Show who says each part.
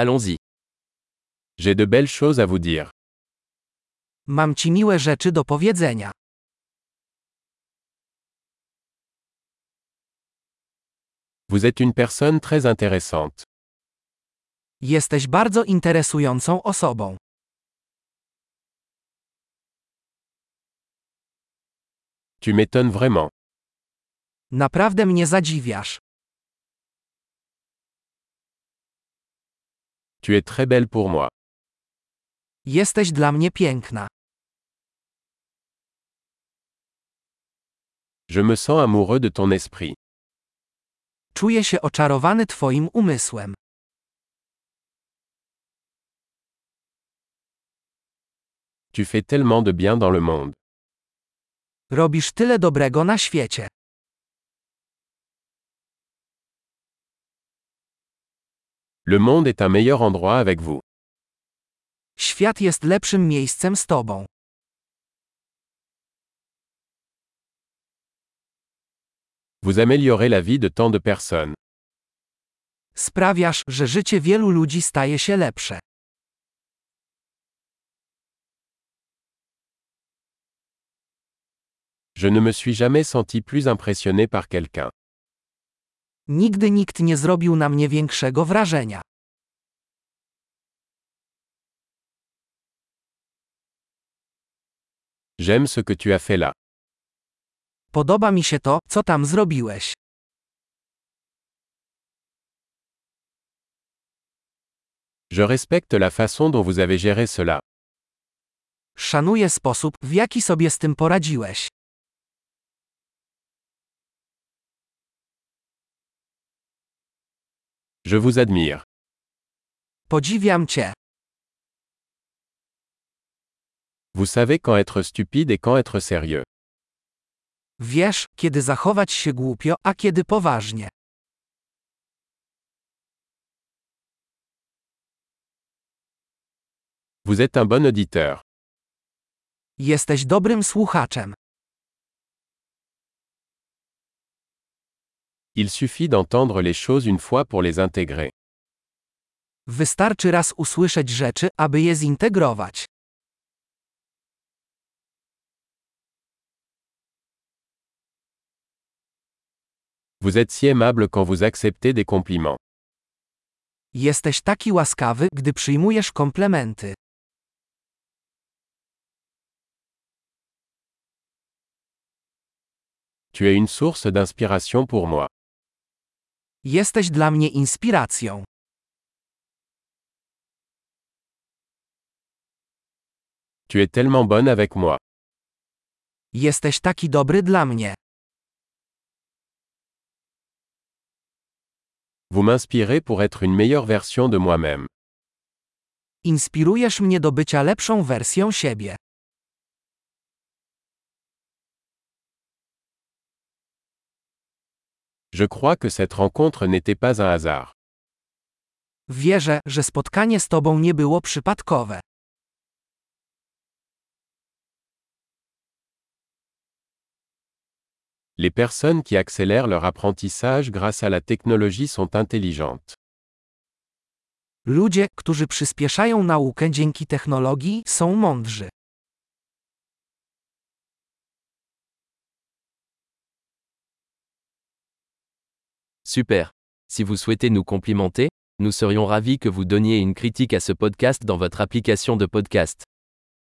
Speaker 1: Allons-y. J'ai de belles choses à vous dire.
Speaker 2: Mam ci miłe rzeczy do powiedzenia.
Speaker 1: Vous êtes une personne très intéressante.
Speaker 2: Jesteś bardzo interesującą osobą.
Speaker 1: Tu m'étonnes vraiment.
Speaker 2: Naprawdę mnie zadziwiasz.
Speaker 1: Tu es très belle pour moi.
Speaker 2: Jesteś dla mnie piękna.
Speaker 1: Je me sens amoureux de ton esprit.
Speaker 2: Czuję się oczarowany Twoim umysłem.
Speaker 1: Tu fais tellement de bien dans le monde.
Speaker 2: Robisz tyle dobrego na świecie.
Speaker 1: Le monde est un meilleur endroit avec vous.
Speaker 2: Świat jest lepszym miejscem z Tobą.
Speaker 1: Vous améliorez la vie de tant de personnes.
Speaker 2: Sprawiasz, że życie wielu ludzi staje się lepsze.
Speaker 1: Je ne me suis jamais senti plus impressionné par quelqu'un.
Speaker 2: Nigdy nikt nie zrobił na mnie większego wrażenia.
Speaker 1: J'aime ce que tu as fait là.
Speaker 2: Podoba mi się to, co tam zrobiłeś.
Speaker 1: Je respecte la façon dont vous avez géré cela.
Speaker 2: Szanuję sposób, w jaki sobie z tym poradziłeś.
Speaker 1: Je vous admire.
Speaker 2: Podziwiam Cię.
Speaker 1: Vous savez quand être stupide et quand être sérieux.
Speaker 2: Wiesz, kiedy zachować się głupio, a kiedy poważnie.
Speaker 1: Vous êtes un bon auditeur.
Speaker 2: Jesteś dobrym słuchaczem.
Speaker 1: Il suffit d'entendre les choses une fois pour les intégrer.
Speaker 2: Wystarczy raz usłyszeć rzeczy, aby je zintegrować.
Speaker 1: Vous êtes si aimable quand vous acceptez des compliments.
Speaker 2: Jesteś taki łaskawy, gdy przyjmujesz komplementy.
Speaker 1: Tu es une source d'inspiration pour moi.
Speaker 2: Jesteś dla mnie inspiracją.
Speaker 1: Tu es tellement bonne avec moi.
Speaker 2: Jesteś taki dobry dla mnie.
Speaker 1: Vous m'inspirez pour être une meilleure version de moi-même.
Speaker 2: Inspirujesz mnie do bycia lepszą wersją siebie.
Speaker 1: Je crois que cette rencontre n'était pas un hasard.
Speaker 2: Wierzę, że spotkanie z Tobą nie było przypadkowe.
Speaker 1: Les personnes qui accélèrent leur apprentissage grâce à la technologie sont intelligentes.
Speaker 2: Ludzie, którzy przyspieszają naukę dzięki technologii, są mądrzy.
Speaker 3: Super. Si vous souhaitez nous complimenter, nous serions ravis que vous donniez une critique à ce podcast dans votre application de podcast.